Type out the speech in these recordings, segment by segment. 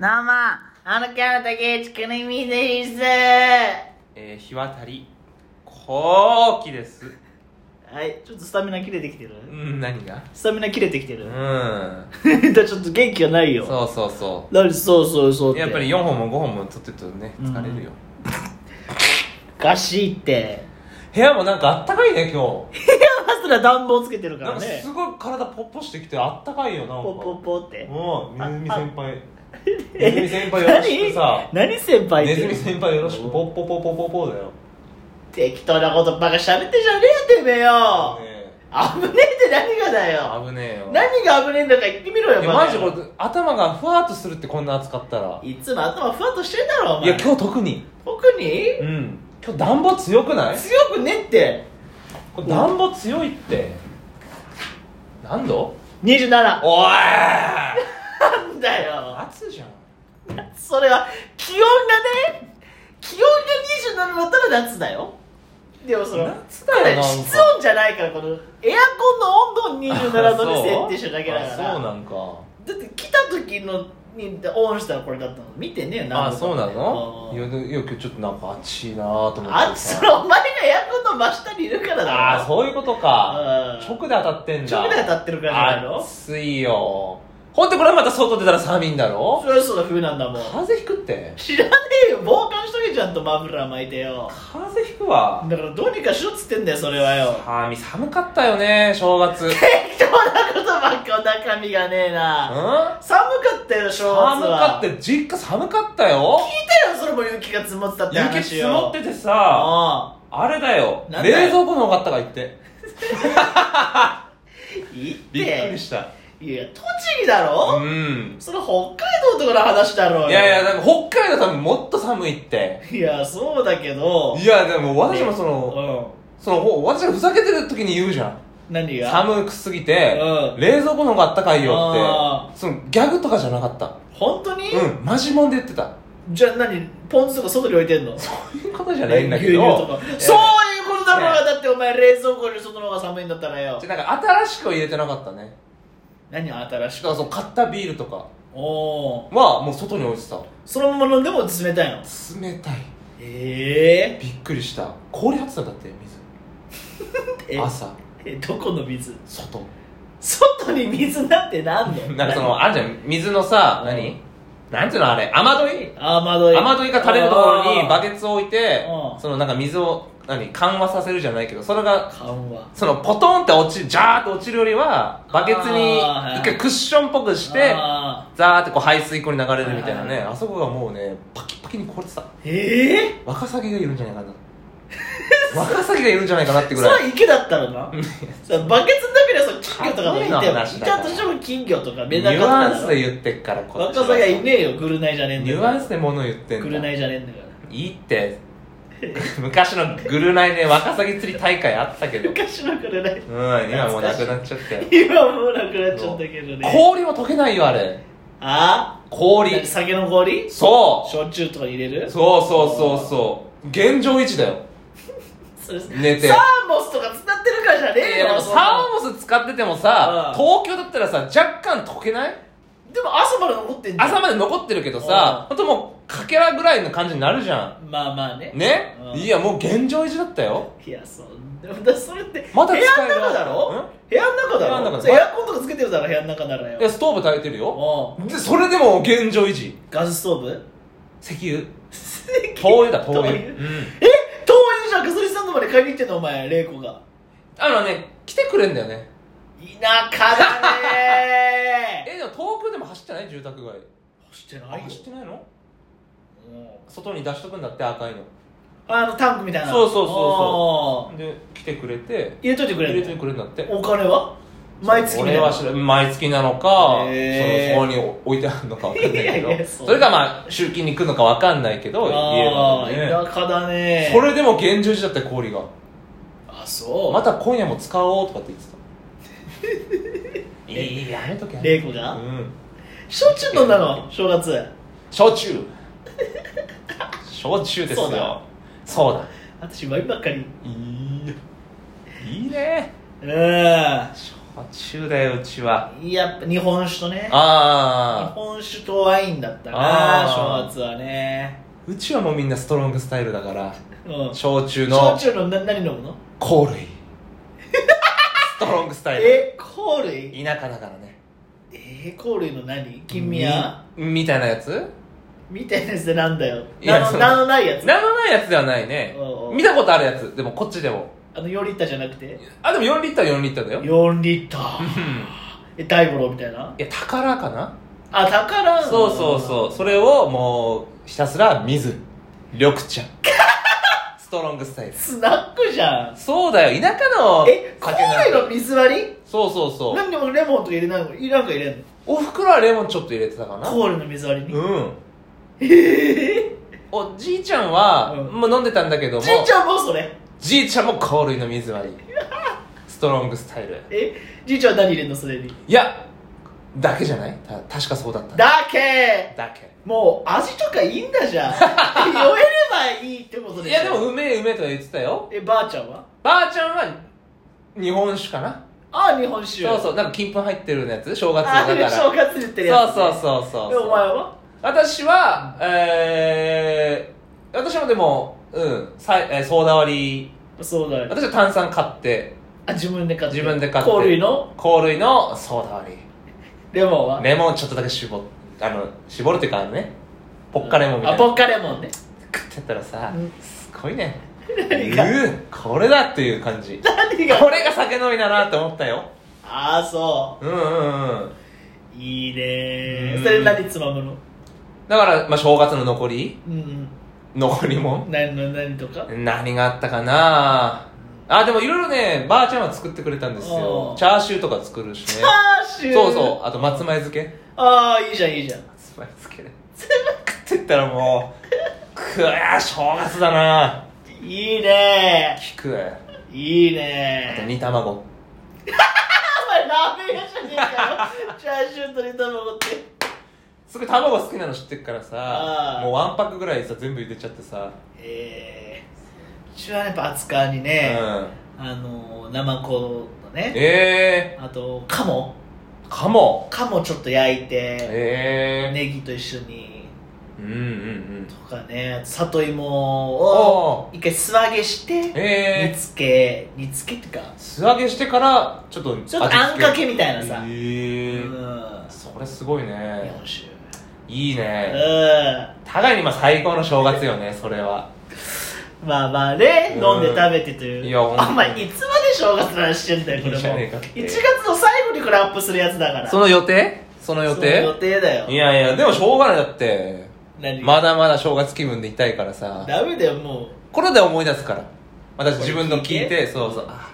どうもあのキャラ竹内くるみですえー、日渡り後期ですはいちょっとスタミナ切れてきてるうん何がスタミナ切れてきてうる、 んだちょっと元気がないよそうそうそだからそうそうそうっうてやっぱり4本も5本も撮ってるとねうん疲れるよ、おかしいって部屋もなんかあったかいね今パスラ暖房つけてる日かなんらかねすごい体ポッポしてきてあったかいよなんかポッポッポってもうネズミ先輩えネズミ先輩よろしくさ何何先輩ネっズてミ先輩よろしくポッポポポポポだよ適当なことばっか喋ってんじゃねえよてめえよね危ねえって何がだよ危ねえよ何が危ねえんだか言ってみろよえバカマジこれ頭がふわっとするってこんな暑かったらいつも頭ふわっとしてんだろおい前や今日特に特にうん今日暖房強くない強くねってこれ暖房強いって何度27なおいんだよ暑じゃんそれは気温がね気温が27だったら夏だよでもその夏だよなんか室温じゃないからこのエアコンの温度を27度に設定してるだけだかあらそうなんかだって来た時のにオンしたらこれだったの見てねえよあ何度そうかなってのういんやでいや今日ちょっとなんか暑いなぁと思ってあそれお前がエアコンの真下にいるからだろあーそういうことかうん直で当たってんだ直で当たってるからじゃないの暑いよほんでこれまた外出たら寒いんだろそりゃそうだ冬なんだもん風邪ひくって知らねえよ防寒しとけちゃんとマフラー巻いてよ風邪ひくわだからどうにかしろっつってんだよそれはよ寒い寒かったよね正月うん適当なことばっか中身がねえな寒寒かったよ正月はかって実家寒かったよ聞いたよそれも雪が積もってたって話雪よ積もっててたさあれだよなんだよ冷蔵庫の方があったかいっていいってびっくりしたいや栃木だろ、うんそれ北海道とかの話だろうよいやいやなんか北海道多分もっと寒いっていやそうだけどいやでも私もそうのんそのほ私がふざけてる時に言うじゃん何が寒くすぎてうん冷蔵庫の方があったかいよあってそのギャグとかじゃなかった本当に、うんマジモンで言ってたじゃあ何ポン酢とか外に置いてんのそういうことじゃないんだけど牛乳とかいやそういうことだろうがだってお前冷蔵庫より外の方が寒いんだったらよじゃあなんか新しくは入れてなかったね何新しくだからそう買ったビールとかおおはもう外に置いてたそのまま飲んでも冷たいの冷たいえびっくりした氷張ってたんだって水ー、え朝えどこの水外外に水なんてなんの なんかそのあんじゃん水のさうん何なんていうのあれ雨どいあー雨どい雨どいが垂れるところにバケケツを置いてうんそのなんか水を何緩和させるじゃないけどそれが緩和そのポトンって落ちジャーって落ちるよりはバケツにあー一回クッションっぽくしてあザーってこう排水溝に流れるみたいなはいねあそこがもうねパキパキに凍れてたーええワカサギがいるんじゃない かなワカサギがいるんじゃないかなってー、ぐそれらはい池だったらなそれバケツの中にはその金魚とかもいそうていうよの話いだからたとしても金魚とかメニダカとュかアンだスろで言ってっからこっ若ちはさがいねえよぐるナイじゃねえんだニよュアンスで物言ってんだぐるナイじゃねえんだからいいって 昔のぐるナイでワカサギ釣り大会あったけどうん昔のぐるナイ今もうなくなっちゃったよ今もうなくなっちゃったけどね氷も溶けないよあれあ氷あ酒の氷そう焼酎とか入れるそうそうそうそう現状維持だよそれ寝てサーモスとか伝ってるからじゃねえでよもそんなサーモス使っててもさう東京だったらさ若干溶けないでも朝まで残ってんじゃん朝まで残ってるけどさほんともうかけらぐらいの感じになるじゃまあまあねんねうんいやもう現状維持だったよいやそうでもだそれってまだ使え部る屋の中だろ部屋の中だろ部屋の中だそれエアコンとかつけてるだろ部屋の中ならいやよストーブ炊いてるよおうでそれでも現状維持ガスストーブ石油 灯油だ灯 灯油油うんえ灯油じゃんガソリンスタンドまで買いに行ってんのお前玲子があのね来てくれんだよね田舎だねえでも東京でも走ってない住宅街走ってあないよ走ってないのうん外に出しとくんだって赤いのあのタンクみたいなそうそうそうそそうで来てくれて入れといてくれ入るれてくれるんだってお金は毎月みたい俺なは知ら毎月なのか、へーそのそこに置いてあるのかわかんないいやけいどやそそうれがまあ集金に来るのかわかんないけどああ、家がね田舎だねそれでも現状維持だったよ氷があそうまた今夜も使おうとかって言ってた いいやめとけ玲子がうん焼酎飲んだの正月焼酎焼酎ですよそうだそうだ私ワインばっかりいいいいねうん焼パチューだようちはやっぱ日本酒とね日ああ本酒とワインだったなあー正月はねうちはもうみんなストロングスタイルだからうん焼酎の焼酎のな何飲むの香類ストロングスタイルえ香類田舎だからねえ香類の何金宮みみたいなやつみたいなやつでなんだよいや名そのう名のないやつ名のないやつではないねうんうん見たことあるやつでもこっちでもあの4リッターじゃなくてあでも4リッター4リッターだよ4リッタうんーえ大五郎みたいないや宝かなあ宝そうそうそうそれをもうひたすら水緑 茶ストロングスタイルうスナックじゃんそうだよ田舎のえ香酒な類んての水割りそうそうそう何でもレモンとか入れないのなんか入れんのおふくろはレモンちょっと入れてたかな香類の水割りに、うんええおじいちゃんは、うんもう飲んでたんだけどもじいちゃんもそれじいちゃんも香類の 水割りストロングスタイルえじいちゃんは何入れんのそれにいやだけじゃないた確かそうだっただけだけもう味とかいいんだじ ゃん酔えればいいってことでいしょやでもうめえうめえとは言ってたよえばあちゃんはばあちゃんは日本酒かなああ日本酒そうそうなんか金粉入ってるやつ正月あだあから正そう月に言ってるやつ、ね、そうそうそうでお前は私はえー、私もでもうんさい、えー、ソーダ割りそうだよ私は炭酸買ってあ自分で買って自分で買って香類の香類のソーダ割りレモンはレモンちょっとだけ絞っあの絞るっていうかあのねポッカレモンみたいあなポッカレモンね食ってったらさ、うんすごいね何がうーこれだっていう感じ何がこれが酒飲みだなって思ったよああそうんうんうんういいねうんそれ何つまむのだから、まあ、正月の残りうん残りもうん何の何とか何があったかなあでもいろいろねばあちゃんは作ってくれたんですおようチャーシューとか作るしチねャーシューそうそうあと松前漬けああいいじゃんいいじゃん松前漬けで食ってったらもうくわ正月だないいね聞くわいいあとね煮卵お前ラーメン屋じゃねえかよチャーシューと煮卵ってすごい卵好きなの知ってっからさあーもうワンパックぐらいさ全部茹でちゃってさえー、うちはやっぱ厚川にうね、んあのー、生子のねえあと鴨ー、かも鴨ちょっと焼いて、えー、ネギと一緒にうんうんうんとかね里芋おを一回素揚げして煮えー、つけ煮つけってか素揚げしてからちょっとちょっとあんかけみたいなさ、えうんーそれすごい日ね本酒いいねう互いにまあ最高の正月よねそれはんまあまあね、うん飲んで食べてといういやほんとあんまりいつまで正月の話してんだよこれいいもじゃねえかって1月の最後にこれアップするやつだからその予定その予その定だよいやいやでもしょうがないだって何まだまだ正月気分でいたいからさダメだよもこれで思い出すから私自分の聞いこれ聞いてそうそうあ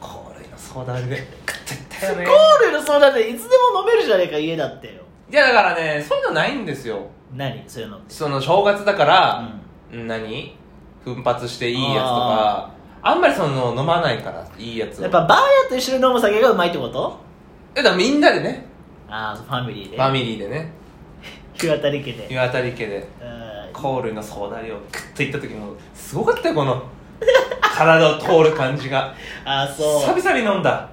これの相談で食ってったようねゴールの相談でいつでも飲めるじゃねえか家だってよいやだからねそういうのないんですよ何そういうのってその正月だから、何奮発していいやつとかあんまりその飲まないからいいやつをやっぱバーヤと一緒に飲む酒がうまいってことえだからみんなでねああファミリーでファミリーでね日渡り家で湯あたり家でうんコールのソーダ量クッといった時もすごかったよこの体を通る感じがああ そう久々に飲んだ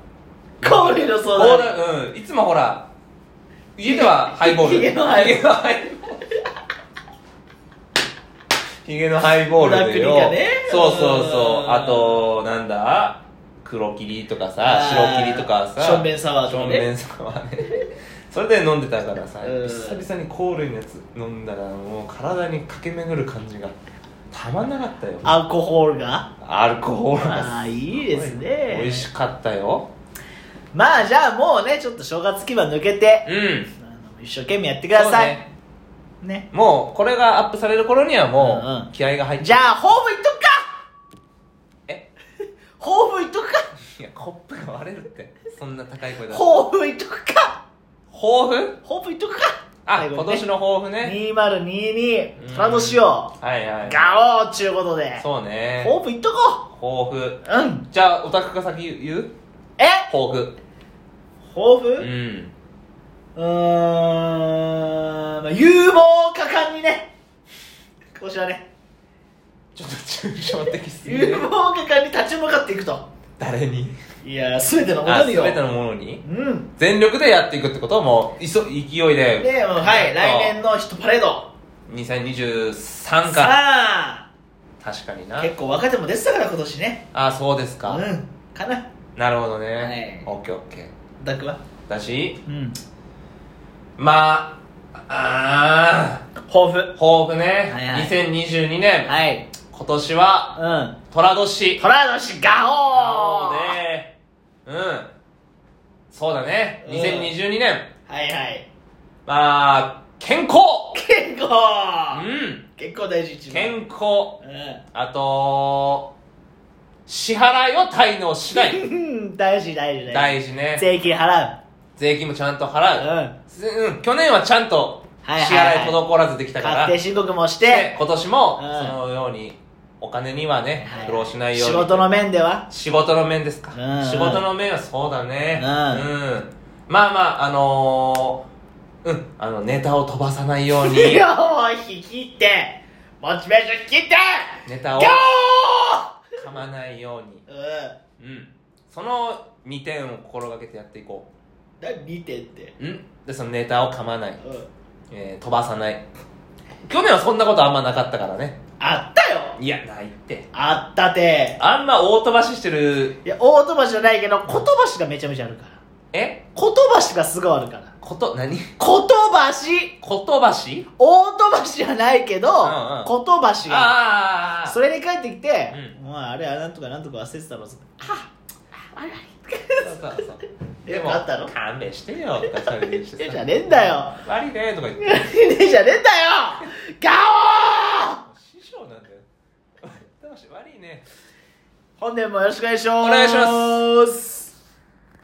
コールのソーコダールうんいつもほら家ではハイボールひげのハイボールひげのハイボールひげのハイボールでよ、ブラックリカねそうそうそううんあとなんだ黒霧とかあさー白霧とかさしょんべんサワーとかねしょんべんサワーねそれで飲んでたからさうん久々にコールのやつ飲んだらもう体に駆け巡る感じがたまんなかったよアルコホールがアルコールがああいいですね美味しかったよまあじゃあもうねちょっと正月気分抜けてうんあの一生懸命やってくださいそうねねもうこれがアップされる頃にはもうんううん気合が入ってじゃあホーム行っとくかえ ホーム行っとくかいやコップが割れるってそんな高い声だホーム行っとくか抱負ホーム行っとくかあ最後今にね年の抱負ね2022虎年をはいはいガオーっちゅうことでそうねホーム行っとこ抱負ううんじゃあオタクが先言うえ抱負抱負ううんーんまあ有望果敢にねこちらねちょっと抽象的すぎ有る望果敢に立ち向かっていくと誰にいやー全てのこあとによ全てのものにうん全力でやっていくってことをもういそ勢いでで、うんはい、来年のヒットパレード2023かさ確かにあな結構若手も出てたから今年ねあそうですうか、んかななるほどね、はいオッケーオッケーダックはだしうんまああ抱負ー抱負ね、はいはい2022年、はい今年はうん寅年虎年ガオーそうねうんそうだねうん2022年、はいはいまあ健康健康うん健康大事一番健康うあと支払いを滞納しない ん大事大事大事大事ね税金払う税金もちゃんと払う、うんすうん、去年はちゃんと支はいはいはい払い滞らずできたから、確定申告もしでて今年もうんそのようにお金にはねはい苦労しないよう仕に、事の面では仕事の面ですか、うんうん仕事の面はそうだねうんまあまああのーうんあのネタを飛ばさないようにいやもう引き切ってモチベーション引き切ってネタゴをー噛まないようにうんうんその2点を心がけてやっていこ何見てってううんでそのネタを噛まない、うんえー飛ばさない去年はそんなことあんまなかったからねあったよいやないってあったてあんま大飛ばししてるいや大飛ばしじゃないけど言葉しがめちゃめちゃあるからえ言葉しがすごいあるからこと何 言葉しことばし大飛ばしじゃないけど、んうん言葉しがあそれに帰ってきて「うお前あれはなんとかなんとか忘れてたろ」あああれそうそうそうえあったの勘弁してよとかされてえじゃねえんだよ悪いねとか言ってねえじゃねえんだよガ師匠なんだよ楽しい悪いねオー本年もよろしくお願いしお願いします